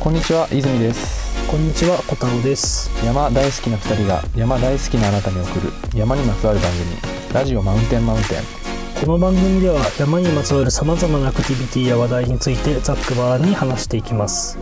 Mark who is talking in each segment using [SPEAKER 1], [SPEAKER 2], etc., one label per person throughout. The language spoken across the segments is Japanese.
[SPEAKER 1] こんにちは泉です
[SPEAKER 2] こんにちは、小太郎です。
[SPEAKER 1] 山大好きな2人が山大好きなあなたに送る山にまつわる番組ラジオマウンテンマウンテン
[SPEAKER 2] この番組では山にまつわる様々なアクティビティや話題についてざっくばらんに話していきます。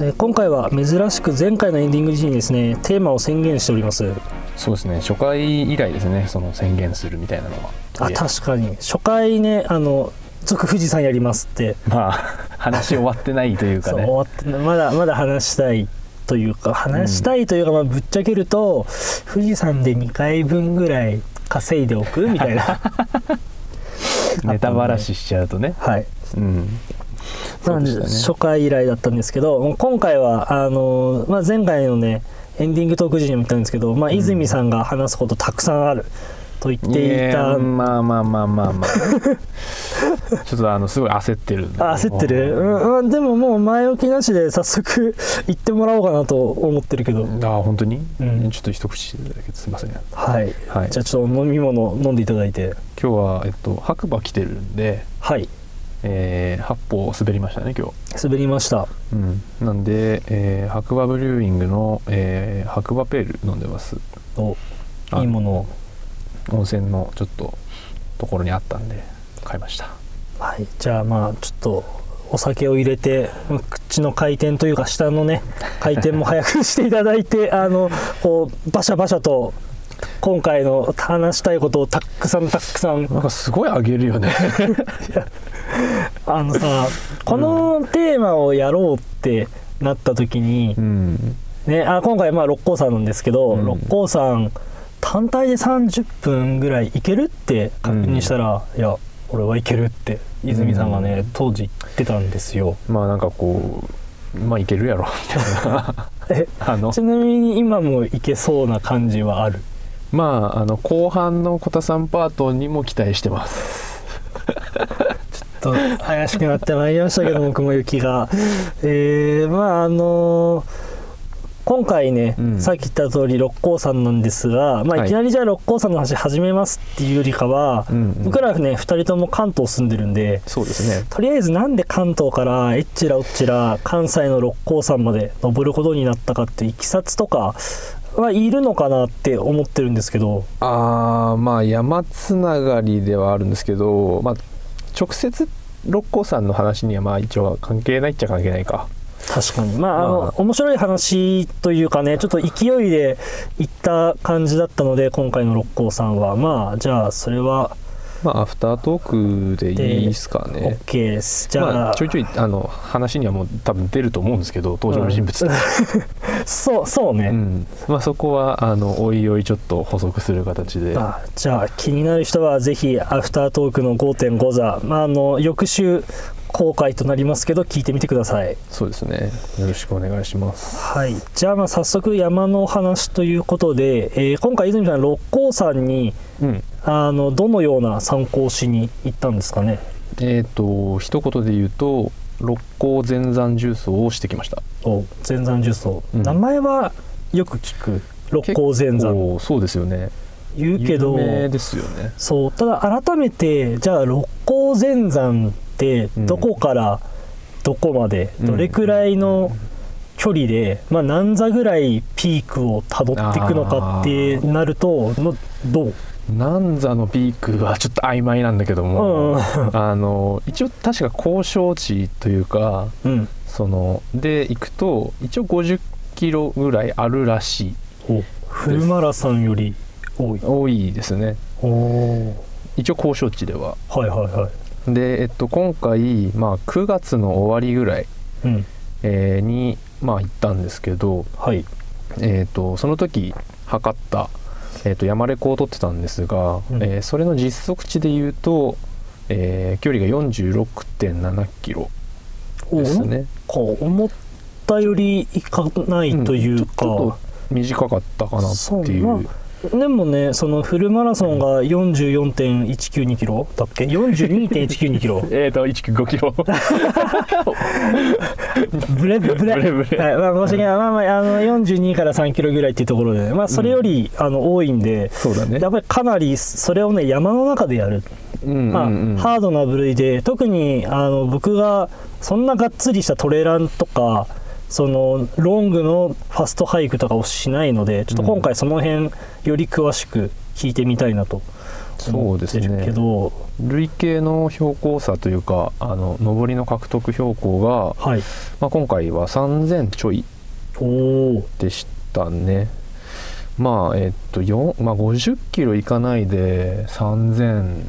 [SPEAKER 2] えー今回は珍しく前回のエンディング時にですね、テーマを宣言しております。
[SPEAKER 1] そうですね初回以来ですねその宣言するみたいなのは
[SPEAKER 2] あ、
[SPEAKER 1] いえ
[SPEAKER 2] 確かに。初回ね、あの、続富士山やりますって、
[SPEAKER 1] まあ 話終わってないというか
[SPEAKER 2] そう
[SPEAKER 1] ね
[SPEAKER 2] 終わってまだまだ話したいというか、話したいというか、まあ、ぶっちゃけると、富士山で2回分ぐらい稼いでおくみた いな。
[SPEAKER 1] ネタばらししちゃうとね
[SPEAKER 2] はい。
[SPEAKER 1] うん
[SPEAKER 2] なんで
[SPEAKER 1] そうでした
[SPEAKER 2] 初回以来だったんですけど、もう今回はあの、まあ、前回のねエンディングトーク時にも言ったんですけど、まあ、泉さんが話すことたくさんあると言っ
[SPEAKER 1] ねい
[SPEAKER 2] ていた、
[SPEAKER 1] やまあまあまあまあまあちょっとあのすごい焦ってるんだ
[SPEAKER 2] あ
[SPEAKER 1] けど
[SPEAKER 2] 焦ってる、うんうん、でももう前置きなしで早速 言ってもらおうかなと思ってるけど、
[SPEAKER 1] ああ本当に、
[SPEAKER 2] うん
[SPEAKER 1] ちょっと一口だけすいませんはい
[SPEAKER 2] はいじゃあちょっと飲み物飲んでいただいて
[SPEAKER 1] 今日は、えっと、白馬来てるんで、
[SPEAKER 2] はい
[SPEAKER 1] えー、8歩滑りましたね今日
[SPEAKER 2] 滑りました
[SPEAKER 1] うん、なんで、えー白馬ブリューイングの、えー白馬ペール飲んでます
[SPEAKER 2] お
[SPEAKER 1] あ
[SPEAKER 2] いいものを
[SPEAKER 1] 温泉のちょっとところにあったんで買いました
[SPEAKER 2] はいじゃあまあちょっとお酒を入れてうん口の回転というか下のね回転も早くしていただいて あのこうバシャバシャと今回の話したいことをたっくさんたっくさん
[SPEAKER 1] なんかすごいあげるよね
[SPEAKER 2] あのさこのテーマをやろうってなった時に
[SPEAKER 1] う、ん
[SPEAKER 2] ね、あ今回まあ六甲山なんですけど、
[SPEAKER 1] うん
[SPEAKER 2] 六甲山単体で30分ぐらい行けるって確認したら、いや俺はいけるって泉さんがね、
[SPEAKER 1] う
[SPEAKER 2] 当時言ってたんですよ。
[SPEAKER 1] まあなんかこうまあいけるやろみたいな
[SPEAKER 2] え
[SPEAKER 1] あの
[SPEAKER 2] ちなみに今もいけそうな感じはある
[SPEAKER 1] まああの後半のコタさんパートにも期待してます
[SPEAKER 2] と怪しくなってまいりました けど僕も雪がえー、まああの今回ね、
[SPEAKER 1] うん
[SPEAKER 2] さっき言った通り六甲山なんですが、ま
[SPEAKER 1] は
[SPEAKER 2] あ、
[SPEAKER 1] い
[SPEAKER 2] いきなりじゃあ六甲山の話始めますっていうよりかは、
[SPEAKER 1] うんうん
[SPEAKER 2] 僕らね2人とも関東住んでるんで
[SPEAKER 1] そうですね
[SPEAKER 2] とりあえずなんで関東からえっちらおっちら関西の六甲山まで登ることになったかっていういきさつとかはいるのかなって思ってるんですけど
[SPEAKER 1] あーまあ山つながりではあるんですけど、まあ、直接六甲山の話にはまあ一応は関係ないっちゃ関係ないか
[SPEAKER 2] 確かにまああの、
[SPEAKER 1] まあ
[SPEAKER 2] 面白い話というかねちょっと勢いでいった感じだったので今回の六甲さんはまあじゃあそれは
[SPEAKER 1] まあアフタートークでいいですかね
[SPEAKER 2] OK です、じゃあ、
[SPEAKER 1] まあ、ちょいちょいあの話にはもう多分出ると思うんですけど登場人物、
[SPEAKER 2] そうそ
[SPEAKER 1] う
[SPEAKER 2] うね、
[SPEAKER 1] んまあ、そこはあのおいおいちょっと補足する形で
[SPEAKER 2] あじゃあ気になる人はぜひアフタートークの5.5座、まあ、あの翌週公開となりますけど聞いてみてください
[SPEAKER 1] そうですねよろしくお願いします
[SPEAKER 2] はい、じゃあまあ早速山のお話ということで、えー今回泉さん六甲山に
[SPEAKER 1] うん
[SPEAKER 2] あのどのような参考しに行ったんですかね
[SPEAKER 1] えっ、と一言で言うと六甲全山重曹をしてきました
[SPEAKER 2] お前山重曹、
[SPEAKER 1] うん
[SPEAKER 2] 名前はよく聞く六甲前山
[SPEAKER 1] おーそうですよね
[SPEAKER 2] 言うけど
[SPEAKER 1] 有名ですよね
[SPEAKER 2] そうただ改めてじゃあ六甲前山って
[SPEAKER 1] うん
[SPEAKER 2] どこからどこまで、
[SPEAKER 1] うん
[SPEAKER 2] どれくらいの距離で、まあ、何座ぐらいピークをたどっていくのかってなるとのどう
[SPEAKER 1] 南座のピークはちょっと曖昧なんだけども、
[SPEAKER 2] う
[SPEAKER 1] あの一応確か交渉地というか
[SPEAKER 2] うん
[SPEAKER 1] そので行くと一応50キロぐらいあるらしい
[SPEAKER 2] フルマラソンより多い
[SPEAKER 1] 多いですね
[SPEAKER 2] おお
[SPEAKER 1] 一応交渉地では
[SPEAKER 2] はいはいはい
[SPEAKER 1] で、えっと、今回、まあ、9月の終わりぐらい、
[SPEAKER 2] うん
[SPEAKER 1] えーに、まあ、行ったんですけど、
[SPEAKER 2] はい
[SPEAKER 1] えー、とその時測った、えー、と山レコを取ってたんですが、
[SPEAKER 2] ん
[SPEAKER 1] えーそれの実測値で言うと、えー距離が46.7キロ
[SPEAKER 2] お
[SPEAKER 1] ですね
[SPEAKER 2] なんか思ったよりいかないという
[SPEAKER 1] ちょ
[SPEAKER 2] か、
[SPEAKER 1] っと短かったかなっていう、
[SPEAKER 2] そうまあでもねそのフルマラソンが44.192キロだっけ42.192キロ
[SPEAKER 1] えーと1.5キロ
[SPEAKER 2] ブレブレ
[SPEAKER 1] ブレブレ
[SPEAKER 2] はいまあ、申し訳ない、まあまあ、あの42から3キロぐらいっていうところで、まあ、それより、あの多いんで
[SPEAKER 1] そうだね
[SPEAKER 2] やっぱりかなりそれをね山の中でやる
[SPEAKER 1] うん
[SPEAKER 2] まあ
[SPEAKER 1] うんうん
[SPEAKER 2] ハードな部類で特にあの僕がそんながっつりしたトレランとかそのロングのファストハイクとかをしないのでちょっと今回その辺より詳しく聞いてみたいなと思ってるけど、
[SPEAKER 1] 累計の標高差というかあの上りの獲得標高が、
[SPEAKER 2] はい
[SPEAKER 1] まあ、今回は3000ちょい
[SPEAKER 2] おお
[SPEAKER 1] でしたねまあえっと、4まあ、50キロいかないで3000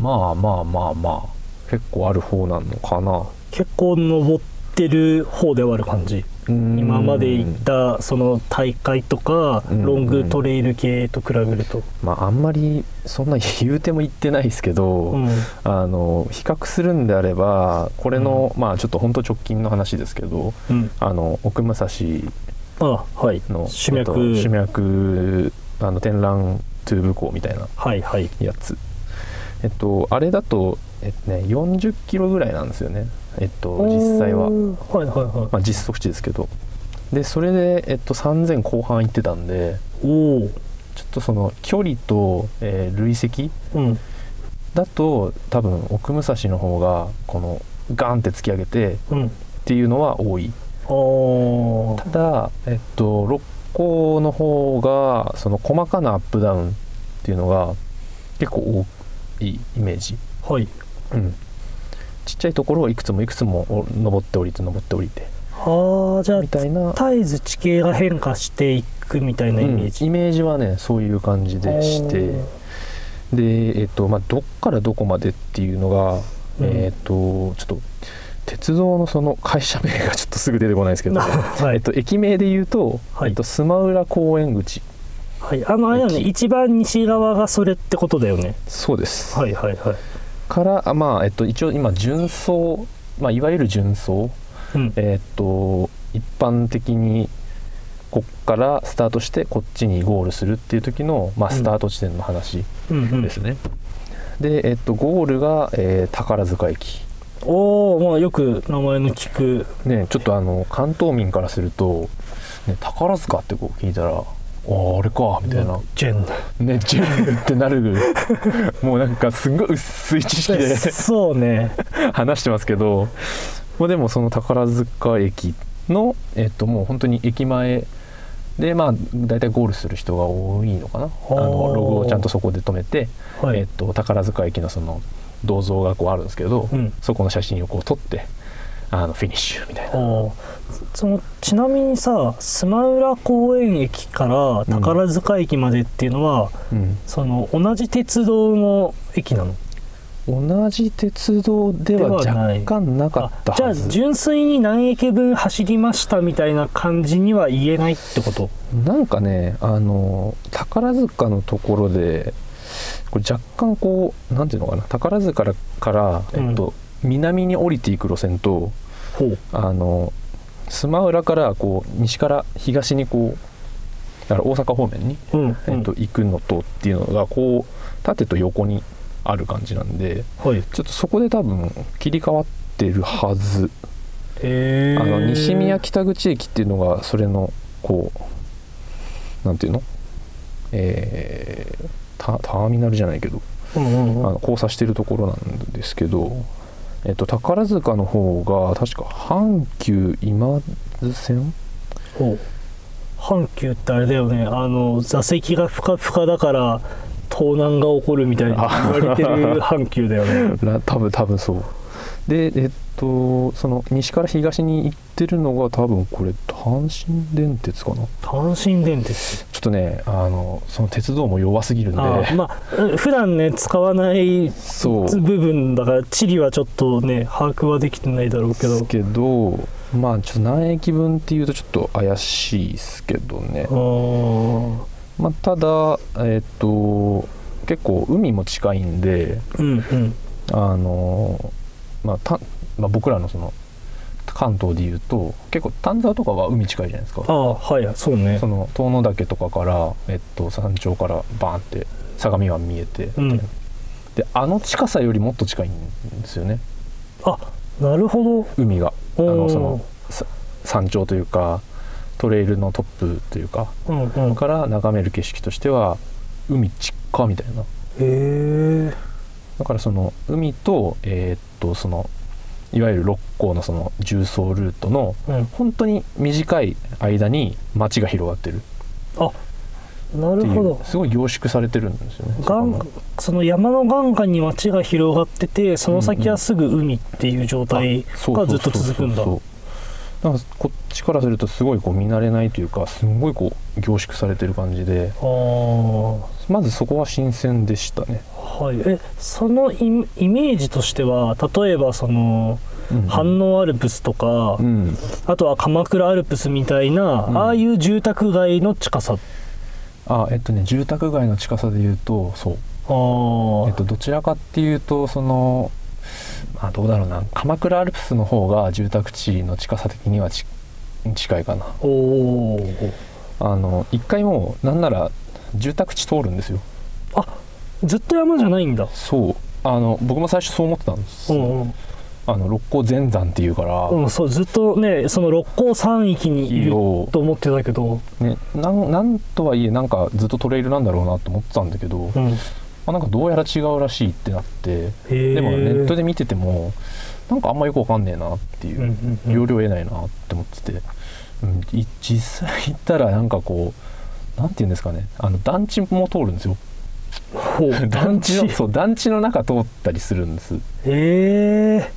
[SPEAKER 1] まあまあまあまあ結構ある方なのかな
[SPEAKER 2] 結構登ってる方ではある感じ今
[SPEAKER 1] 今
[SPEAKER 2] まで行ったその大会とか
[SPEAKER 1] うん
[SPEAKER 2] ロングトレイル系と比べると、
[SPEAKER 1] まああんまりそんな言うても言ってないですけど、
[SPEAKER 2] うん
[SPEAKER 1] あの比較するんであればこれの、まあちょっと本当直近の話ですけど
[SPEAKER 2] うん
[SPEAKER 1] あの奥武蔵
[SPEAKER 2] あはい
[SPEAKER 1] の
[SPEAKER 2] 主脈
[SPEAKER 1] えっと主脈あの天覧トゥーブ校みたいな
[SPEAKER 2] はいはい
[SPEAKER 1] やつえっとあれだと、えっとね、40キロぐらいなんですよねえっと実際は、
[SPEAKER 2] おーはいはいはい、
[SPEAKER 1] まあ、実測値ですけどでそれで、えっと、3000後半行ってたんで
[SPEAKER 2] おお
[SPEAKER 1] ちょっとその距離と、えー累積
[SPEAKER 2] うん
[SPEAKER 1] だと多分奥武蔵の方がこのガンって突き上げてっ
[SPEAKER 2] うん
[SPEAKER 1] ていうのは多い
[SPEAKER 2] ああ
[SPEAKER 1] ただえっと六甲の方がその細かなアップダウンっていうのが結構多いイメージ
[SPEAKER 2] はい
[SPEAKER 1] うんちっちゃいところをいくつもいくつもお登って降りて登って降りて
[SPEAKER 2] ああじゃあ
[SPEAKER 1] みたいな
[SPEAKER 2] 絶えず地形が変化していくみたいなイメー
[SPEAKER 1] うん
[SPEAKER 2] ジ、
[SPEAKER 1] イメージはねそういう感じでしてでえっとまあどっからどこまでっていうのが、
[SPEAKER 2] うん
[SPEAKER 1] えっとちょっと鉄道のその会社名がちょっとすぐ出てこないですけど
[SPEAKER 2] なはい、
[SPEAKER 1] えっと、駅名で言うと、
[SPEAKER 2] はい
[SPEAKER 1] えっと、スマウラ公園口
[SPEAKER 2] はい、あのあれだよね一番西側がそれってことだよね
[SPEAKER 1] そうです、
[SPEAKER 2] はいはいはい
[SPEAKER 1] からあまあ、えっと、一応今純走、まあ、いわゆる純走、
[SPEAKER 2] うん
[SPEAKER 1] えっと一般的にこっからスタートしてこっちにゴールするっていう時の、まあ、
[SPEAKER 2] うん
[SPEAKER 1] スタート地点の話
[SPEAKER 2] うんうん
[SPEAKER 1] ですね、で、えっと、ゴールが、えー宝塚駅
[SPEAKER 2] おおまあよく名前の聞く
[SPEAKER 1] ねちょっとあの関東民からすると、ね、宝塚ってこう聞いたらあああれかみたいな、
[SPEAKER 2] ジェ ンダ
[SPEAKER 1] ね、ジュンってな るもうなんかすごい薄い知識で
[SPEAKER 2] ーそうね
[SPEAKER 1] 話してますけどまあでもその宝塚駅の、えっと、もう本当に駅前でまあ大体ゴールする人が多いのかなあのログをちゃんとそこで止めて、
[SPEAKER 2] はい、
[SPEAKER 1] えっと、宝塚駅のその銅像がこうあるんですけど、
[SPEAKER 2] うん
[SPEAKER 1] そこの写真をこう撮ってあのフィニッシュみたいな。
[SPEAKER 2] あそのちなみにさスマウラ公園駅から宝塚駅までっていうのは、
[SPEAKER 1] うん
[SPEAKER 2] その同じ鉄道の駅なの
[SPEAKER 1] 同じ鉄道では
[SPEAKER 2] ではない
[SPEAKER 1] 若干なかった
[SPEAKER 2] あじゃ
[SPEAKER 1] は
[SPEAKER 2] あ
[SPEAKER 1] ず
[SPEAKER 2] 純粋に何駅分走りましたみたいな感じには言えないってこと
[SPEAKER 1] なんかねあの宝塚のところでこれ若干こうなんていうのかな宝塚からから、
[SPEAKER 2] うん
[SPEAKER 1] えっと、南に降りていく路線と
[SPEAKER 2] ほう
[SPEAKER 1] あのスマウラからこう西から東にこうだから大阪方面に、
[SPEAKER 2] うん、
[SPEAKER 1] えっと、行くのとっていうのがこう縦と横にある感じなんで
[SPEAKER 2] はいへ
[SPEAKER 1] ちょっとそこで多分切り替わってるはず
[SPEAKER 2] え
[SPEAKER 1] あの西宮北口駅っていうのがそれのこうなんていうのえータターミナルじゃないけど
[SPEAKER 2] うんうん
[SPEAKER 1] あ
[SPEAKER 2] うん
[SPEAKER 1] の交差してるところなんですけど、えっと、宝塚の方が確か阪急今津線
[SPEAKER 2] ほう阪急ってあれだよねあの座席がふかふかだから盗難が起こるみたいに言われてる 阪急だよね
[SPEAKER 1] ら多分多分そうでえっとその西から東に行ってるのが多分これ阪神電鉄かな
[SPEAKER 2] 単身電鉄
[SPEAKER 1] ちょっとねあのその鉄道も弱すぎるんで
[SPEAKER 2] ああまあうん普段ね使わない
[SPEAKER 1] そう
[SPEAKER 2] 部分だから地理はちょっとね把握はできてないだろうけ
[SPEAKER 1] で
[SPEAKER 2] ど
[SPEAKER 1] すけどまあちょっと何駅分っていうとちょっと怪しいですけどね、
[SPEAKER 2] あ
[SPEAKER 1] まあ、ただえっ、と結構海も近いんで
[SPEAKER 2] あうんうん
[SPEAKER 1] あのまあた、まあ僕らのその関東でいうと結構丹沢とかは海近いじゃないです
[SPEAKER 2] あ
[SPEAKER 1] か
[SPEAKER 2] あはいそうね
[SPEAKER 1] その遠野岳とかから、えっと、山頂からバーンって相模湾見えて、
[SPEAKER 2] うん
[SPEAKER 1] であの近さよりもっと近いんですよね
[SPEAKER 2] あなるほ
[SPEAKER 1] 海があ
[SPEAKER 2] ど
[SPEAKER 1] のそ
[SPEAKER 2] おー
[SPEAKER 1] のさ山頂というかトレイルのトップというか
[SPEAKER 2] うんうん
[SPEAKER 1] から眺める景色としては海ちっかみたいな
[SPEAKER 2] へえ
[SPEAKER 1] だからその海とえーっとそのいわゆる六甲のその重層ルートの
[SPEAKER 2] うん
[SPEAKER 1] 本当に短い間に街が広がってるっ
[SPEAKER 2] な
[SPEAKER 1] て
[SPEAKER 2] る
[SPEAKER 1] い
[SPEAKER 2] ほど
[SPEAKER 1] うすごい凝縮されてるんですよねそ
[SPEAKER 2] が
[SPEAKER 1] こ
[SPEAKER 2] ん
[SPEAKER 1] の
[SPEAKER 2] その山の眼下に町が広がっててその先はすぐ海っていう状態
[SPEAKER 1] そう
[SPEAKER 2] がずっと続くんだ
[SPEAKER 1] そうそうそうそうだからこっちからするとすごいこう見慣れないというかすごいこう凝縮されてる感じで
[SPEAKER 2] ああ
[SPEAKER 1] まずそこは新鮮でしたね、
[SPEAKER 2] はい、えそのイメイメージとしては例えばその
[SPEAKER 1] うん
[SPEAKER 2] 反応アルプスとか、
[SPEAKER 1] うん、
[SPEAKER 2] あとは鎌倉アルプスみたいな、
[SPEAKER 1] うん
[SPEAKER 2] ああいう住宅街の近さ
[SPEAKER 1] あえっとね住宅街の近さで言うとそう
[SPEAKER 2] あー、
[SPEAKER 1] えっと、どちらかっていうとその、まあ、どうだろうな鎌倉アルプスの方が住宅地の近さ的にはち近いかな
[SPEAKER 2] おお
[SPEAKER 1] あの一回もうなんなら住宅地通るんですよ
[SPEAKER 2] ずっと山じゃないんだ
[SPEAKER 1] そうあの僕も最初そう思ってたんです、
[SPEAKER 2] うんうん
[SPEAKER 1] あの六甲全山っていうから、
[SPEAKER 2] うん、そうずっとねその六甲山域にいる
[SPEAKER 1] よ
[SPEAKER 2] と思ってたけど、
[SPEAKER 1] ね、なんなんとはいえなんかずっとトレイルなんだろうなと思ってたんだけど、ま
[SPEAKER 2] うん、
[SPEAKER 1] あ、なんかどうやら違うらしいってなって
[SPEAKER 2] で
[SPEAKER 1] でもネットで見ててもなんかあんまよくわかんねえなっていう、
[SPEAKER 2] うんうんうん
[SPEAKER 1] 要領得ないなって思ってて、うん、い実際行ったらなんかこうなんていうんですかねあの団地も通るんですよ
[SPEAKER 2] ほ う
[SPEAKER 1] 団地の
[SPEAKER 2] へ
[SPEAKER 1] そう団地の中通ったりするんです
[SPEAKER 2] え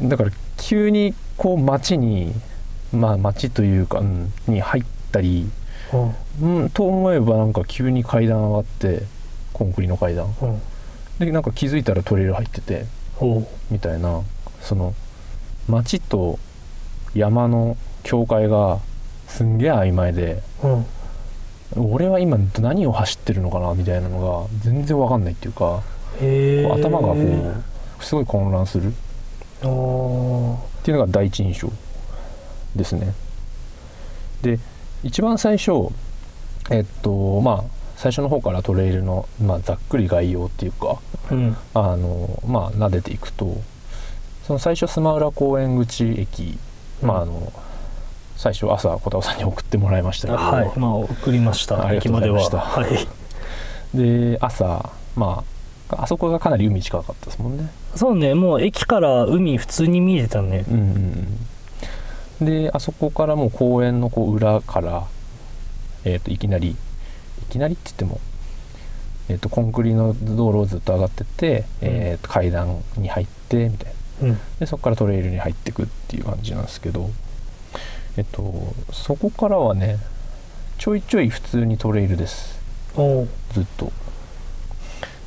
[SPEAKER 1] だから急にこう街にまあ街というか、うん、に入ったり、
[SPEAKER 2] うん
[SPEAKER 1] うん、と思えばなんか急に階段上がってコンクリの階段
[SPEAKER 2] うん
[SPEAKER 1] でなんか気づいたらトレイル入ってて
[SPEAKER 2] ほ
[SPEAKER 1] みたいなその町と山の境界がすんげえ曖昧で
[SPEAKER 2] ううん
[SPEAKER 1] 俺は今何を走ってるのかなみたいなのが全然わかんないっていうか
[SPEAKER 2] へえ
[SPEAKER 1] 頭がこうすごい混乱するっ
[SPEAKER 2] おー
[SPEAKER 1] ていうのが第一印象ですね。で一番最初えっとまあ最初の方からトレイルの、まあ、ざっくり概要っていうか
[SPEAKER 2] うん
[SPEAKER 1] あのまあ撫でていくとその最初須磨浦公園口駅、まあ、あの最初朝小太郎さんに送ってもらいましたけど、
[SPEAKER 2] はい、まあ送りました。
[SPEAKER 1] ありがとうございました
[SPEAKER 2] 駅までははい。
[SPEAKER 1] で朝まああそこがかなり海近かったですもんね。
[SPEAKER 2] そうね、もう駅から海普通に見えてたね。
[SPEAKER 1] うんうんうん、であそこからもう公園のこう裏から、えー、といきなりいきなりって言っても、えー、とコンクリの道路をずっと上がってって、えーと階段に入ってみたいな。
[SPEAKER 2] うん。
[SPEAKER 1] でそこからトレイルに入ってくっていう感じなんですけど、えっと、そこからはねちょいちょい普通にトレイルです
[SPEAKER 2] おう
[SPEAKER 1] ずっと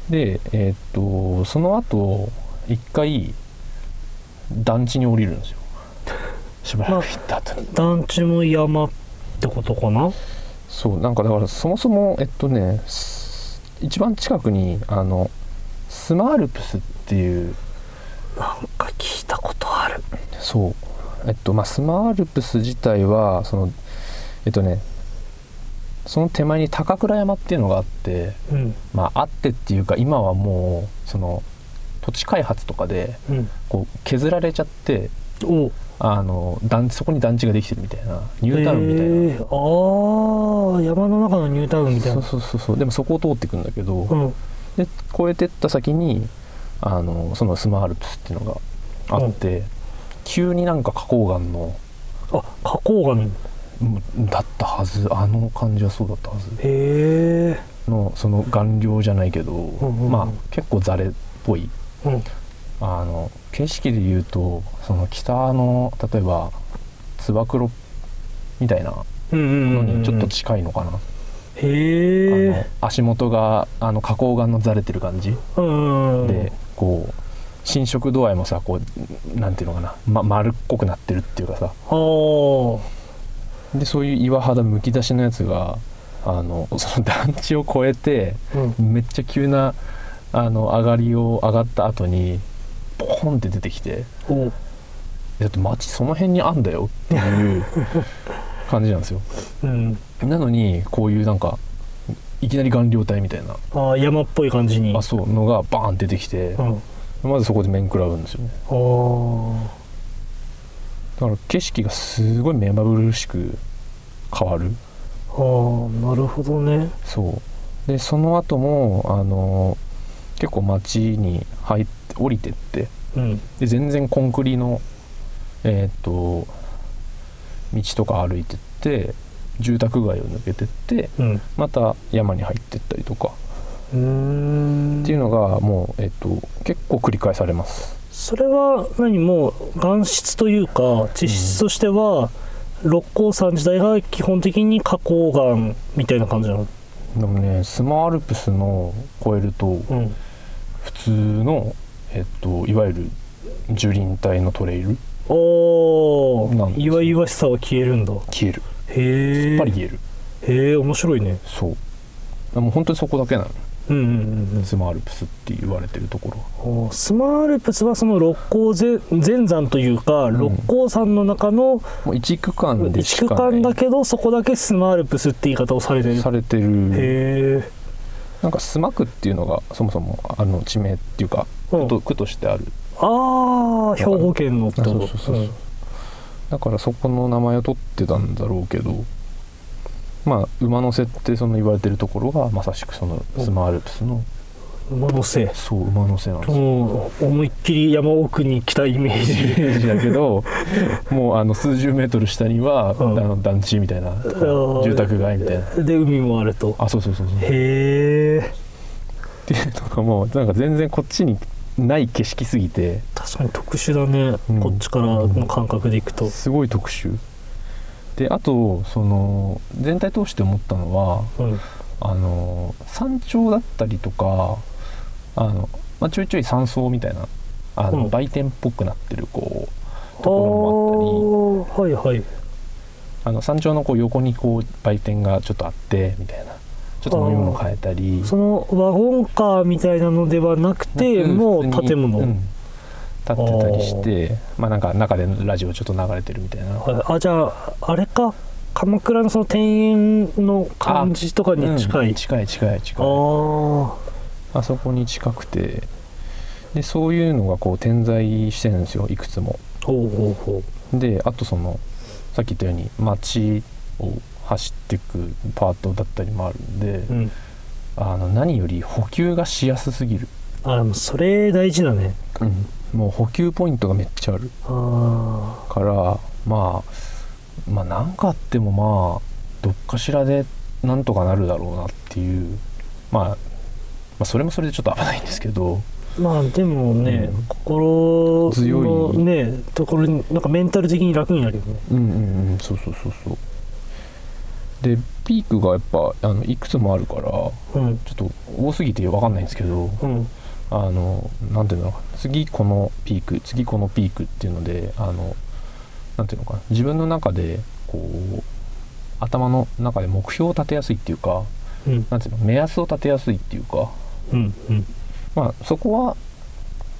[SPEAKER 1] でえっとその後一回団地に降りるんですよしばらく行った後に、
[SPEAKER 2] 団地も山ってことかな。
[SPEAKER 1] そうなんかだからそもそもえっとねす一番近くにあのスマアルプスっていう
[SPEAKER 2] なんか聞いたことある。
[SPEAKER 1] そうえっとまあスマアルプス自体はそのえっとねその手前に高倉山っていうのがあって
[SPEAKER 2] うん
[SPEAKER 1] まああってっていうか今はもうその土地開発とかで
[SPEAKER 2] うん。
[SPEAKER 1] こう削られちゃって
[SPEAKER 2] おう。
[SPEAKER 1] あの団そこに団地ができてるみたいなニュータウンみたいな、
[SPEAKER 2] へーああ、山の中のニュータウンみたい
[SPEAKER 1] そう
[SPEAKER 2] な。
[SPEAKER 1] そうそうそうでもそこを通っていくんだけど、
[SPEAKER 2] うん。
[SPEAKER 1] で越えてった先にあのそのスマアルプスっていうのがあって、急になんか花崗岩の
[SPEAKER 2] あ、花崗岩。
[SPEAKER 1] うんだったはずあの感じはそうだったはず
[SPEAKER 2] へえ。
[SPEAKER 1] のその顔料じゃないけど、
[SPEAKER 2] んうんうん
[SPEAKER 1] まあ結構ザレっぽい
[SPEAKER 2] うん。
[SPEAKER 1] あの景色で言うとその北の例えばつば九郎みたいな
[SPEAKER 2] うんうん
[SPEAKER 1] の
[SPEAKER 2] うんうん。
[SPEAKER 1] にちょっと近いのかな、
[SPEAKER 2] へ
[SPEAKER 1] あの
[SPEAKER 2] え。
[SPEAKER 1] 足元があの花崗岩のザレてる感じ
[SPEAKER 2] うんうんうん。
[SPEAKER 1] で、こう侵食度合いもさこうなんていうのかな、ま、丸っこくなってるっていうかさ
[SPEAKER 2] ああ。
[SPEAKER 1] でそういう岩肌むき出しのやつがあのその団地を越えて
[SPEAKER 2] うん。
[SPEAKER 1] めっちゃ急なあの上がりを上がった後にポコンって出てきて
[SPEAKER 2] おう。
[SPEAKER 1] だって街その辺にあんだよっていう感じなんですよ
[SPEAKER 2] うん、
[SPEAKER 1] なのにこういうなんかいきなり顔料体みたいな
[SPEAKER 2] あー山っぽい感じに
[SPEAKER 1] あそうのがバーン出てきて
[SPEAKER 2] うん、
[SPEAKER 1] まずそこで面食らうんですよね
[SPEAKER 2] おー
[SPEAKER 1] だから景色がすごい目まぐるしく変わる
[SPEAKER 2] あーなるほどね
[SPEAKER 1] そうでその後もあの結構街に入って降りてって
[SPEAKER 2] うん
[SPEAKER 1] で全然コンクリのえーっと道とか歩いてって住宅街を抜けてって
[SPEAKER 2] うんう
[SPEAKER 1] また山に入ってったりとか
[SPEAKER 2] ーん
[SPEAKER 1] っていうのがもう、えっと、結構繰り返されます
[SPEAKER 2] それは何もう岩質というか地質としては、六甲山時代が基本的に花崗岩みたいな感じなの
[SPEAKER 1] でもねスマアルプスの越えると
[SPEAKER 2] うん
[SPEAKER 1] 普通の、えっと、いわゆる樹林帯のトレイル
[SPEAKER 2] お
[SPEAKER 1] なんです
[SPEAKER 2] ー
[SPEAKER 1] よ
[SPEAKER 2] 岩々しさは消えるんだ
[SPEAKER 1] 消える
[SPEAKER 2] へ
[SPEAKER 1] や
[SPEAKER 2] え
[SPEAKER 1] っぱり消える
[SPEAKER 2] へえ面白いね
[SPEAKER 1] そうあもう本当にそこだけな
[SPEAKER 2] うんうんうんうん
[SPEAKER 1] のスマアルプスって言われてるところ
[SPEAKER 2] おースマールプスはその六甲全全山というか、
[SPEAKER 1] ん
[SPEAKER 2] 六甲山の中の
[SPEAKER 1] もう一区間で
[SPEAKER 2] 一
[SPEAKER 1] し
[SPEAKER 2] 区
[SPEAKER 1] かない
[SPEAKER 2] 間だけどそこだけスマールプスって言い方をされてる
[SPEAKER 1] されてる
[SPEAKER 2] へえ
[SPEAKER 1] なんかスマ区っていうのがそもそもあの地名っていうか
[SPEAKER 2] うん
[SPEAKER 1] 区と区としてある
[SPEAKER 2] ああ兵庫県のってこと
[SPEAKER 1] あそうそうそうそうだからそこの名前を取ってたんだろうけどまあ馬の背ってその言われてるところがまさしくそのスマアルプスの
[SPEAKER 2] うん馬のせい
[SPEAKER 1] そう馬の背なんですよ
[SPEAKER 2] もう思いっきり山奥に来たイメー
[SPEAKER 1] イ
[SPEAKER 2] ジ
[SPEAKER 1] メージだけどもうあの数十メートル下には、
[SPEAKER 2] うん
[SPEAKER 1] あの団地みたいな
[SPEAKER 2] ー
[SPEAKER 1] 住宅街みたいな
[SPEAKER 2] で海もあると
[SPEAKER 1] あそうそうそうそうっ
[SPEAKER 2] へえ
[SPEAKER 1] ていうのがもうなんか全然こっちにない景色すぎて
[SPEAKER 2] 確かに特殊だね、
[SPEAKER 1] うん
[SPEAKER 2] こっちからの感覚でいくと
[SPEAKER 1] すごい特殊であとその全体通して思ったのは
[SPEAKER 2] うん
[SPEAKER 1] あの山頂だったりとかあの、まあ、ちょいちょい山荘みたいなあの、
[SPEAKER 2] うん
[SPEAKER 1] 売店っぽくなってるこうと
[SPEAKER 2] あ
[SPEAKER 1] こ
[SPEAKER 2] あはいはい
[SPEAKER 1] ろもあったりあの山頂のこう横にこう売店がちょっとあってみたいなちょっと飲み物買えたり
[SPEAKER 2] そのワゴンカーみたいなのではなくて、
[SPEAKER 1] うん
[SPEAKER 2] もう
[SPEAKER 1] 普通に
[SPEAKER 2] 建物、
[SPEAKER 1] うん建ってたりしてまあなんか中でラジオちょっと流れてるみたいな、
[SPEAKER 2] あじゃああれか鎌倉のその庭園の感じとか
[SPEAKER 1] うん
[SPEAKER 2] に近い、あ
[SPEAKER 1] 近い近い近い
[SPEAKER 2] あ
[SPEAKER 1] あそこに近くてでそういうのがこう点在してるんですよいくつも
[SPEAKER 2] ほうほうほ
[SPEAKER 1] であとそのさっき言ったように街を走っていくパートだったりもあるんで、
[SPEAKER 2] う、うん、
[SPEAKER 1] あの何より補給がしやすすぎる、
[SPEAKER 2] あでもそれ大事だね
[SPEAKER 1] もう補給ポイントがめっちゃある
[SPEAKER 2] あ
[SPEAKER 1] からまあまあ何かあってもまあどっかしらでなんとかなるだろうなっていう、まあ、まあそれもそれでちょっと危ないんですけど
[SPEAKER 2] あまあでもね、
[SPEAKER 1] うん
[SPEAKER 2] 心の
[SPEAKER 1] 強い
[SPEAKER 2] ねところになんかメンタル的に楽になるよね
[SPEAKER 1] うんうんうんそうそうそうそうでピークがやっぱあのいくつもあるからちょ
[SPEAKER 2] うん
[SPEAKER 1] っと多すぎて分かんないんですけど
[SPEAKER 2] うん
[SPEAKER 1] あのなんていうのかな次このピーク次このピークっていうのであのなんていうのかな自分の中でこう頭の中で目標を立てやすいっていうか
[SPEAKER 2] うん
[SPEAKER 1] なんていうの目安を立てやすいっていうか
[SPEAKER 2] うんうん
[SPEAKER 1] まあそこは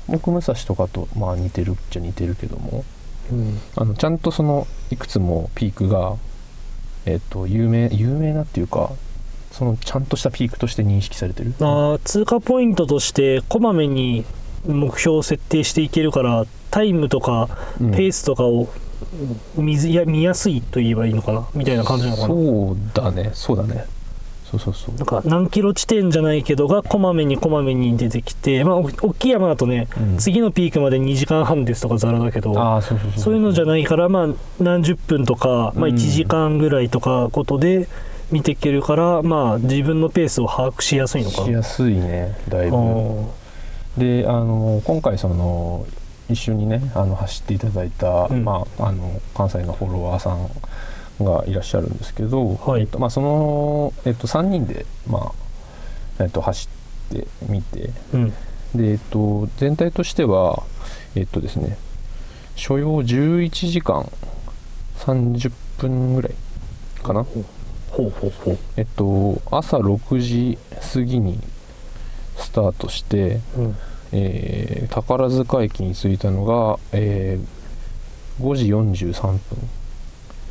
[SPEAKER 1] 奥武蔵とかとまあ似てるっちゃ似てるけども
[SPEAKER 2] うん
[SPEAKER 1] あのちゃんとそのいくつもピークがえっと有名有名なっていうかそのちゃんとしたピークとして認識されてる
[SPEAKER 2] あー通過ポイントとしてこまめに目標を設定していけるからタイムとか
[SPEAKER 1] うん
[SPEAKER 2] ペースとかを見ずや見やすいと言えばいいのかなみたいな感じなのかな
[SPEAKER 1] そうだねそうだねそうそうそう
[SPEAKER 2] なんか何キロ地点じゃないけどがこまめにこまめに出てきて、まあ、お大きい山だとね、
[SPEAKER 1] うん
[SPEAKER 2] 次のピークまで2時間半ですとかザラだけど
[SPEAKER 1] ああそうそうそう
[SPEAKER 2] そういうのじゃ
[SPEAKER 1] い
[SPEAKER 2] ないから、まあ、何十分とか、まあ、
[SPEAKER 1] うん
[SPEAKER 2] 1時間ぐらいとかことで見ていけるから、まあ、自分のペースを把握しやすいのか
[SPEAKER 1] しやすいねだい
[SPEAKER 2] あ
[SPEAKER 1] ぶ
[SPEAKER 2] ー
[SPEAKER 1] であの今回その一緒にねあの走っていただいた、
[SPEAKER 2] うん
[SPEAKER 1] まあ、あの関西のフォロワーさんがいらっしゃるんですけど、
[SPEAKER 2] はい
[SPEAKER 1] えっとまあ、その、えっと、3人で、まあえっと、走ってみて
[SPEAKER 2] うん
[SPEAKER 1] で、えっと、全体としてはえっとですね所要11時間30分ぐらいかな
[SPEAKER 2] ほうほうほう
[SPEAKER 1] えっと朝6時過ぎにスタートして、
[SPEAKER 2] うん
[SPEAKER 1] えー宝塚駅に着いたのが、え5時43分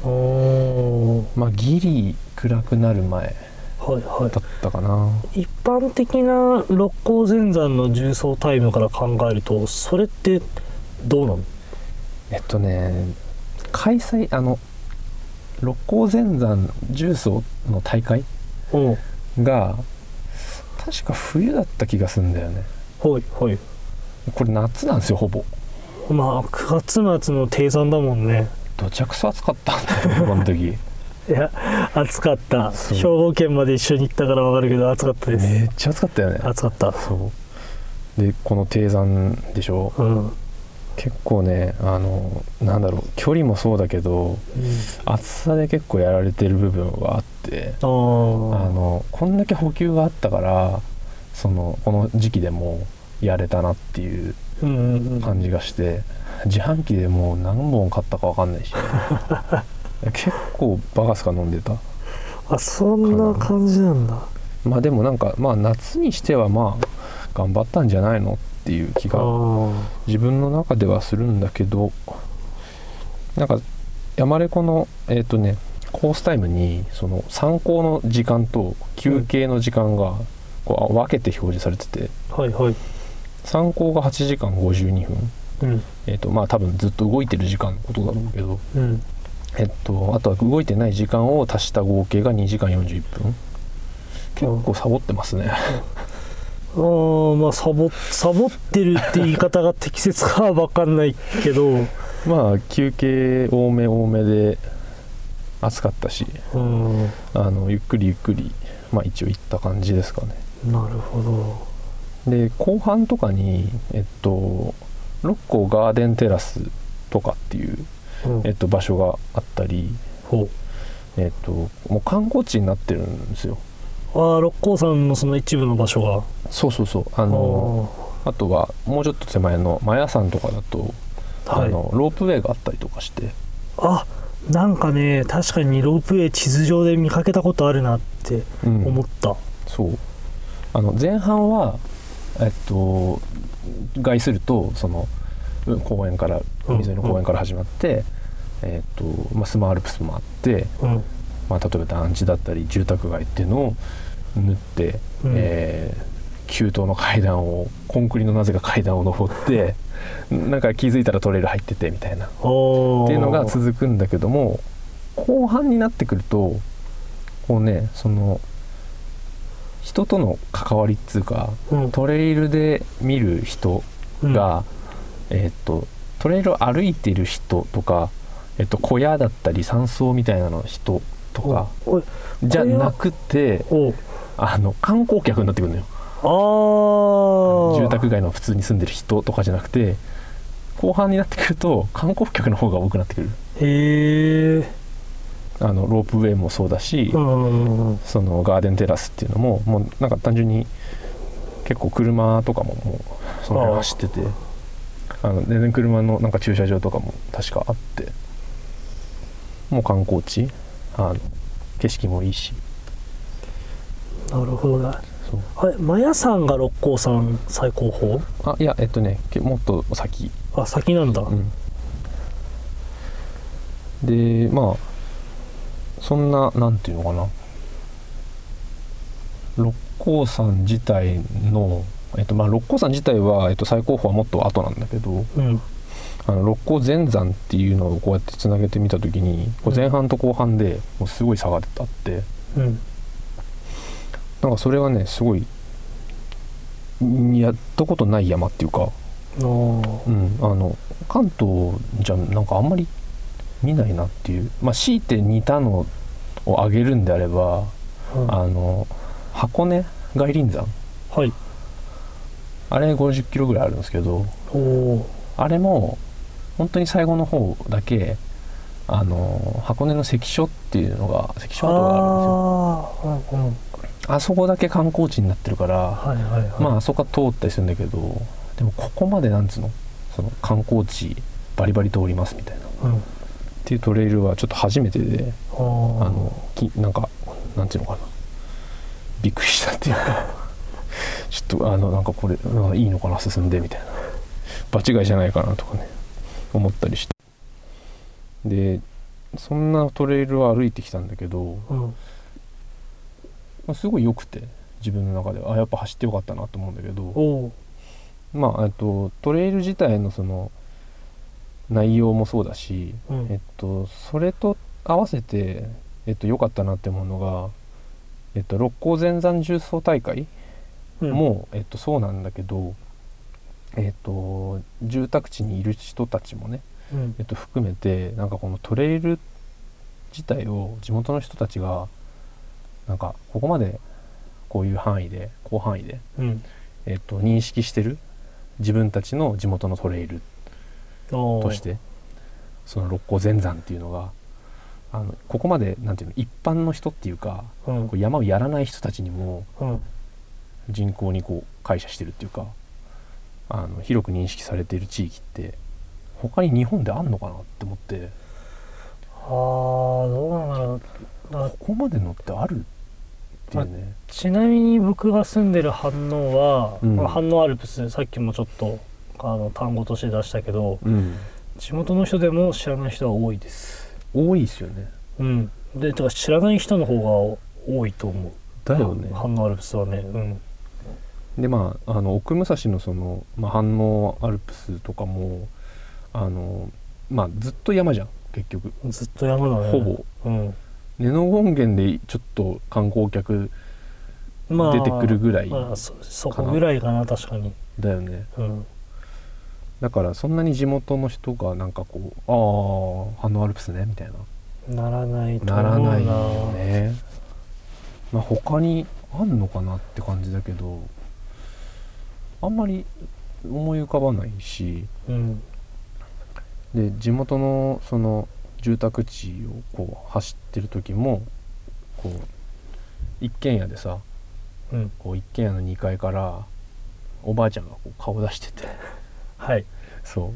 [SPEAKER 2] おー
[SPEAKER 1] まあギリ暗くなる前
[SPEAKER 2] はいは
[SPEAKER 1] だったかない
[SPEAKER 2] 一般的な六甲全山の重曹タイムから考えるとそれってどうなの
[SPEAKER 1] えっとね開催あの六甲全山重曹の大会
[SPEAKER 2] うん
[SPEAKER 1] が確か冬だった気がするんだよね
[SPEAKER 2] はいはい
[SPEAKER 1] これ夏なんですよほぼ
[SPEAKER 2] まあ9月末の低山だもんね
[SPEAKER 1] どちゃくそ暑かったんだよこの時
[SPEAKER 2] いや暑かった
[SPEAKER 1] そう
[SPEAKER 2] 兵庫県まで一緒に行ったから分かるけど暑かった です、
[SPEAKER 1] めっちゃ暑かったよね
[SPEAKER 2] 暑かった
[SPEAKER 1] そうでこの低山でしょ
[SPEAKER 2] うん、うん
[SPEAKER 1] 結構ねあのなんだろう距離もそうだけど暑さで結構やられてる部分はあって
[SPEAKER 2] あ
[SPEAKER 1] あ
[SPEAKER 2] ー
[SPEAKER 1] のこんだけ補給があったからそのこの時期でもやれたなっていう
[SPEAKER 2] うんうんうん
[SPEAKER 1] 感じがして自販機でもう何本買ったか分かん ないし結構バカスカ飲んでた
[SPEAKER 2] あそんな感じなんだ
[SPEAKER 1] まあでもなんかまあ夏にしてはまあ頑張ったんじゃないのっていう気
[SPEAKER 2] あ
[SPEAKER 1] が
[SPEAKER 2] ー
[SPEAKER 1] 自分の中ではするんだけどなんか山レコのえっ、とねコースタイムにその参考の時間と休憩の時間がこう分けて表示されてて
[SPEAKER 2] はいはい
[SPEAKER 1] 参考が8時間52分
[SPEAKER 2] うん
[SPEAKER 1] えっ、とまあ多分ずっと動いてる時間のことだろうけど
[SPEAKER 2] うん
[SPEAKER 1] えっと、あとは動いてない時間を足した合計が2時間41分結構サボってますね
[SPEAKER 2] あーまあサボサボってるって言い方が適切かは分かんないけ ど、うん、
[SPEAKER 1] まあ休憩多め多めで暑かったしあのゆっくりゆっくりまあ一応行った感じですかね
[SPEAKER 2] なるほど
[SPEAKER 1] で後半とかにえっと六甲ガーデンテラスとかっていう、
[SPEAKER 2] うん
[SPEAKER 1] えっと、場所があったり
[SPEAKER 2] ほう
[SPEAKER 1] えっともう観光地になってるんですよ
[SPEAKER 2] ああ六甲山のその一部の場所が
[SPEAKER 1] そうそうそうあ
[SPEAKER 2] あ
[SPEAKER 1] の
[SPEAKER 2] ー
[SPEAKER 1] あとはもうちょっと手前のマヤ山とかだと
[SPEAKER 2] は
[SPEAKER 1] あ
[SPEAKER 2] い
[SPEAKER 1] のロープウェイがあったりとかして
[SPEAKER 2] あなんかね確かにロープウェイ地図上で見かけたことあるなって
[SPEAKER 1] うん
[SPEAKER 2] 思った、
[SPEAKER 1] そうあの前半はえっと外するとそのう公園から
[SPEAKER 2] うん
[SPEAKER 1] 海沿いの公園から始まって、えっとまあ、スマアルプスもあって、
[SPEAKER 2] うん
[SPEAKER 1] まあ、例えば団地だったり住宅街っていうのを縫って、
[SPEAKER 2] うん
[SPEAKER 1] えー急登の階段をコンクリのなぜか階段を登ってなんか気づいたらトレイル入っててみたいな
[SPEAKER 2] おー
[SPEAKER 1] っていうのが続くんだけども後半になってくるとこうねその人との関わりっつうか
[SPEAKER 2] うん
[SPEAKER 1] トレイルで見る人
[SPEAKER 2] うん
[SPEAKER 1] が、えーっとトレイルを歩いてる人とか、えっと小屋だったり山荘みたいなの人とか
[SPEAKER 2] おい
[SPEAKER 1] じゃなくて
[SPEAKER 2] お
[SPEAKER 1] あの観光客になってくるのよ
[SPEAKER 2] ああ
[SPEAKER 1] 住宅街の普通に住んでる人とかじゃなくて後半になってくると観光客の方が多くなってくる
[SPEAKER 2] へえ
[SPEAKER 1] あのロープウェイもそうだし、
[SPEAKER 2] うんうんうん
[SPEAKER 1] そのガーデンテラスっていうのももうなんか単純に結構車とかももうその辺走っててあの全然車のなんか駐車場とかも確かあってもう観光地あの景色もいいし
[SPEAKER 2] なるほどね
[SPEAKER 1] そう
[SPEAKER 2] あれマヤさんが六甲山最高峰
[SPEAKER 1] あいやえっとねけもっと先、
[SPEAKER 2] あ先なんだ、
[SPEAKER 1] うん、でまあそんななんていうのかな六甲山自体の、えっとまあ、六甲山自体は、えっと、最高峰はもっと後なんだけど
[SPEAKER 2] うん
[SPEAKER 1] あの六甲全山っていうのをこうやってつなげてみた時にこう前半と後半でもうすごい差があって
[SPEAKER 2] うん
[SPEAKER 1] なんかそれはねすごいうんやったことない山っていうか、
[SPEAKER 2] ああ
[SPEAKER 1] うん、あの関東じゃなんかあんまり見ないなっていうまあ強いて似たのを挙げるんであれば
[SPEAKER 2] うん
[SPEAKER 1] あの箱根外輪山
[SPEAKER 2] はい
[SPEAKER 1] あれ50キロぐらいあるんですけど
[SPEAKER 2] おお
[SPEAKER 1] あれも本当に最後の方だけあの箱根の関所っていうのが関所跡があるんですよ
[SPEAKER 2] ああーうんうん
[SPEAKER 1] あそこだけ観光地になってるから、
[SPEAKER 2] はいはいはい
[SPEAKER 1] まああそこは通ったりするんだけどでもここまでなんつうのその観光地バリバリ通りますみたいなっ
[SPEAKER 2] うん
[SPEAKER 1] ていうトレイルはちょっと初めてで
[SPEAKER 2] あ
[SPEAKER 1] あ
[SPEAKER 2] ー
[SPEAKER 1] のきなんかなんていうのかなびっくりしたっていうか ちょっとあのなんかこれうんいいのかな進んでみたいな場違いじゃないかなとかね思ったりしてでそんなトレイルを歩いてきたんだけど、
[SPEAKER 2] うん
[SPEAKER 1] まあすごい良くて自分の中ではあやっぱ走ってよかったなと思うんだけど
[SPEAKER 2] おう
[SPEAKER 1] まあえっとトレイル自体のその内容もそうだし、
[SPEAKER 2] うん
[SPEAKER 1] えっと、それと合わせてえっと、良かったなって思うのが、えっと、六甲全山重走大会
[SPEAKER 2] うん
[SPEAKER 1] も、えっと、そうなんだけど、えっと、住宅地にいる人たちもね、
[SPEAKER 2] うん
[SPEAKER 1] えっと、含めてなんかこのトレイル自体を地元の人たちがなんかここまでこういう範囲で広範囲で、
[SPEAKER 2] うん
[SPEAKER 1] えっと、認識してる自分たちの地元のトレイル
[SPEAKER 2] おう
[SPEAKER 1] としてその六甲全山っていうのがあのここまでなんていうの一般の人っていうか
[SPEAKER 2] うん
[SPEAKER 1] こう山をやらない人たちにも
[SPEAKER 2] うん
[SPEAKER 1] 人口にこう解釈してるっていうかあの広く認識されている地域って他に日本であんのかなって思って
[SPEAKER 2] ああどうなんだろうあ
[SPEAKER 1] ここまでのってあるっていうね
[SPEAKER 2] ちなみに僕が住んでる反応は、
[SPEAKER 1] うん
[SPEAKER 2] この反応アルプスさっきもちょっとあの単語として出したけど
[SPEAKER 1] うん
[SPEAKER 2] 地元の人でも知らない人は多いです
[SPEAKER 1] 多いですよね
[SPEAKER 2] うんでてか知らない人の方が多いと思う
[SPEAKER 1] だよね
[SPEAKER 2] 反応アルプスはねうん
[SPEAKER 1] でまああの奥武蔵のその、まあ、反応アルプスとかもあのまあずっと山じゃん結局
[SPEAKER 2] ずっと山だね
[SPEAKER 1] ほぼ
[SPEAKER 2] うん
[SPEAKER 1] 根の権現でちょっと観光客
[SPEAKER 2] まあ
[SPEAKER 1] 出てくるぐらい
[SPEAKER 2] まあ、そそこぐらいかな確かに
[SPEAKER 1] だよね
[SPEAKER 2] うん
[SPEAKER 1] だからそんなに地元の人がなんかこうああ反応アルプスねみたいな
[SPEAKER 2] ならないと
[SPEAKER 1] なら
[SPEAKER 2] 思うな
[SPEAKER 1] ないよね。まあ、他にあんのかなって感じだけどあんまり思い浮かばないし
[SPEAKER 2] うん
[SPEAKER 1] で地元のその住宅地をこう走ってる時もこう一軒家でさ
[SPEAKER 2] うん
[SPEAKER 1] こう一軒家の2階からおばあちゃんがこう顔出して て
[SPEAKER 2] はい
[SPEAKER 1] そ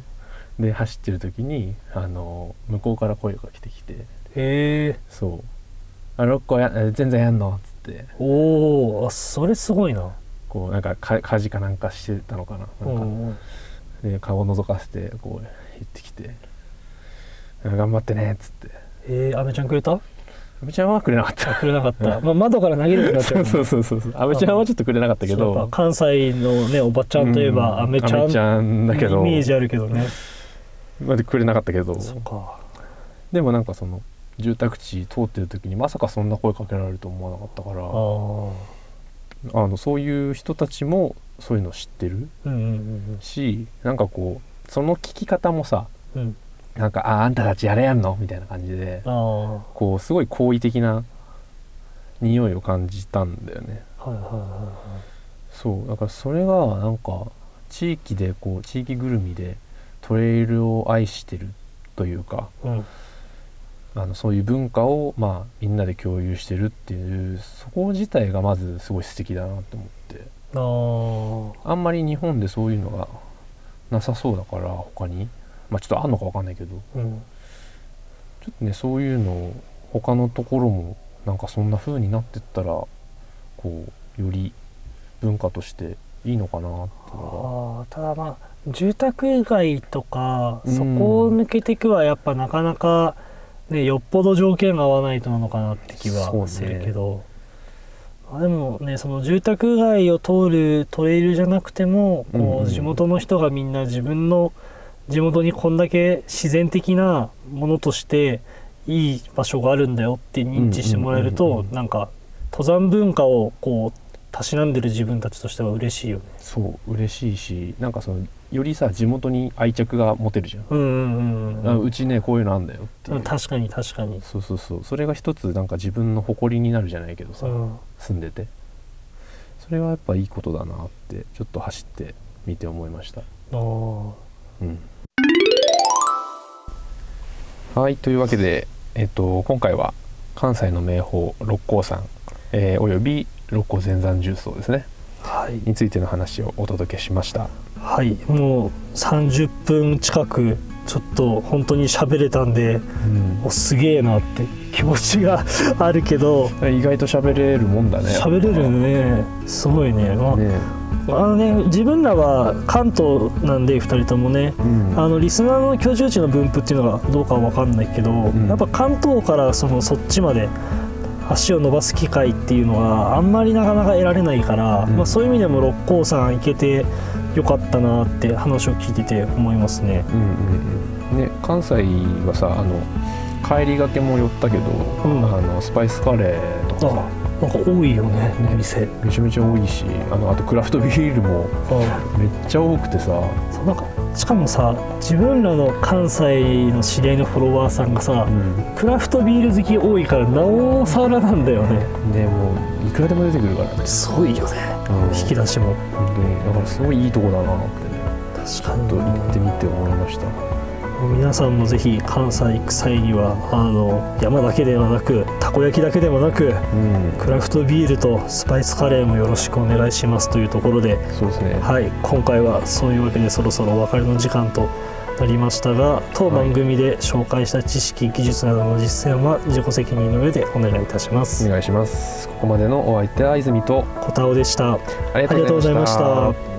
[SPEAKER 1] うで走ってる時にあの向こうから声が来てきて
[SPEAKER 2] え
[SPEAKER 1] 「そうあ6個やえ全然やんの?」っつって
[SPEAKER 2] ー、おおそれすごいな
[SPEAKER 1] こうなんかか家事かなんかしてたのかな
[SPEAKER 2] う
[SPEAKER 1] なんか、
[SPEAKER 2] んうん
[SPEAKER 1] で顔を覗かせてこう言ってきて「頑張ってね」っつって
[SPEAKER 2] えー、アメちゃんくれ
[SPEAKER 1] 「
[SPEAKER 2] た
[SPEAKER 1] 阿部ちゃんはくれなかった
[SPEAKER 2] くれなかった、まあ、窓から投げ るくなっ」ち
[SPEAKER 1] そうう
[SPEAKER 2] ゃもんね
[SPEAKER 1] そうそうそう阿部ちゃんはちょっとくれなかったけ
[SPEAKER 2] そうか
[SPEAKER 1] ど
[SPEAKER 2] 関西のねおばちゃんといえばアメち
[SPEAKER 1] うん
[SPEAKER 2] ゃ
[SPEAKER 1] ア
[SPEAKER 2] ん
[SPEAKER 1] メちゃんだけど
[SPEAKER 2] イメージあるけどね
[SPEAKER 1] まあくれなかったけど
[SPEAKER 2] そうか
[SPEAKER 1] でもなんかその住宅地通ってる時にまさかそんな声かけられると思わなかったから
[SPEAKER 2] ああ
[SPEAKER 1] あのそういう人たちもそういうの知ってる
[SPEAKER 2] うんうん
[SPEAKER 1] しなんかこうその聞き方もさ
[SPEAKER 2] うんうん
[SPEAKER 1] なんか「ああんたたちやれやんの?」みたいな感じで
[SPEAKER 2] ああは
[SPEAKER 1] こうすごい好意的な匂いを感じたんだよね
[SPEAKER 2] いはいは
[SPEAKER 1] そうだからそれがなんか地域でこう地域ぐるみでトレイルを愛してるというか
[SPEAKER 2] いはいうん
[SPEAKER 1] あのそういう文化をまあみんなで共有してるっていうそこ自体がまずすごい素敵だなって思って
[SPEAKER 2] あー
[SPEAKER 1] あんまり日本でそういうのがなさそうだから他にまあちょっとあんのかわかんないけど
[SPEAKER 2] うん
[SPEAKER 1] ちょっとねそういうのを他のところもなんかそんな風になってったらこうより文化としていいのかなっていうの
[SPEAKER 2] あーただまあ住宅街とか
[SPEAKER 1] うん
[SPEAKER 2] そこを抜けていくはやっぱなかなか、ね、よっぽど条件が合わないとなのかなって気
[SPEAKER 1] そう
[SPEAKER 2] は
[SPEAKER 1] ね
[SPEAKER 2] するけど、あでもねその住宅街を通るトレイルじゃなくても
[SPEAKER 1] うんうん
[SPEAKER 2] こ
[SPEAKER 1] うん
[SPEAKER 2] う地元の人がみんな自分の地元にこんだけ自然的なものとしていい場所があるんだよって認知してもらえる
[SPEAKER 1] うんうんう
[SPEAKER 2] と
[SPEAKER 1] んうん
[SPEAKER 2] なんか登山文化をこうたしなんでる自分たちとしては嬉しいよね。
[SPEAKER 1] がそう嬉しいしなんかそのよりさ地元に愛着が持てるじゃん、
[SPEAKER 2] うんうんうんうん
[SPEAKER 1] あうちねこういうのあんだよっていう、
[SPEAKER 2] うん確かに確かに、
[SPEAKER 1] そうそうそうそれが一つなんか自分の誇りになるじゃないけど
[SPEAKER 2] う
[SPEAKER 1] さ、
[SPEAKER 2] ん、
[SPEAKER 1] 住んでてそれはやっぱいいことだなってちょっと走ってみて思いました
[SPEAKER 2] お
[SPEAKER 1] うんはいというわけで、えっと、今回は関西の名峰六甲山、えーおよび六甲全山重曹ですね
[SPEAKER 2] はい、
[SPEAKER 1] についての話をお届けしました
[SPEAKER 2] はい、もう30分近くちょっと本当に喋れたんでおすげえなって気持ちが あるけど
[SPEAKER 1] 意外と喋れるもんだね
[SPEAKER 2] 喋れるねすごいね,、まあ、
[SPEAKER 1] ね
[SPEAKER 2] あのね自分らは関東なんで2人ともね
[SPEAKER 1] うん
[SPEAKER 2] あのリスナーの居住地の分布っていうのがどうかは分かんないけど、
[SPEAKER 1] ん
[SPEAKER 2] やっぱ関東からそのそっちまで足を伸ばす機会っていうのはあんまりなかなか得られないから、
[SPEAKER 1] うん
[SPEAKER 2] まあ、そういう意味でも六甲山行けてよかったなって話を聞いてて思いますね。
[SPEAKER 1] うんうんうんね関西はさあの帰りがけも寄ったけど、
[SPEAKER 2] ん
[SPEAKER 1] あのスパイスカレーとかさ
[SPEAKER 2] あなんか多いよねお店
[SPEAKER 1] めちゃめちゃ多いしあのあとクラフトビールも
[SPEAKER 2] あ
[SPEAKER 1] めっちゃ多くてさ
[SPEAKER 2] そうなんかしかもさ自分らの関西の知り合いのフォロワーさんがさ、
[SPEAKER 1] ん
[SPEAKER 2] クラフトビール好き多いからなおさらなんだよね
[SPEAKER 1] でもういくらでも出てくるからね、
[SPEAKER 2] すごいよね引き出しも
[SPEAKER 1] 本当にだからすごいいいとこだなってね
[SPEAKER 2] 確か
[SPEAKER 1] ちょっと行ってみて思いました
[SPEAKER 2] 皆さんもぜひ関西行く際にはあの山だけではなくたこ焼きだけではなく
[SPEAKER 1] うん
[SPEAKER 2] クラフトビールとスパイスカレーもよろしくお願いしますというところで、
[SPEAKER 1] そうですね
[SPEAKER 2] はい、今回はそういうわけでそろそろお別れの時間となりましたが当番組で紹介した知識技術などの実践は自己責任の上でお願いいたします
[SPEAKER 1] お願いしますここまでのお相手は泉と
[SPEAKER 2] 小田尾でした
[SPEAKER 1] あり
[SPEAKER 2] ありがとうございました。